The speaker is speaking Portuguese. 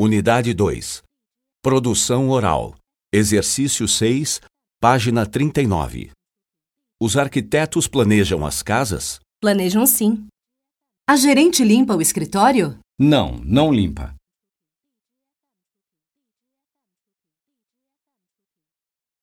Unidade 2. Produção oral. Exercício 6, página 39. Os arquitetos planejam as casas? Planejam sim. A gerente limpa o escritório? Não, não limpa.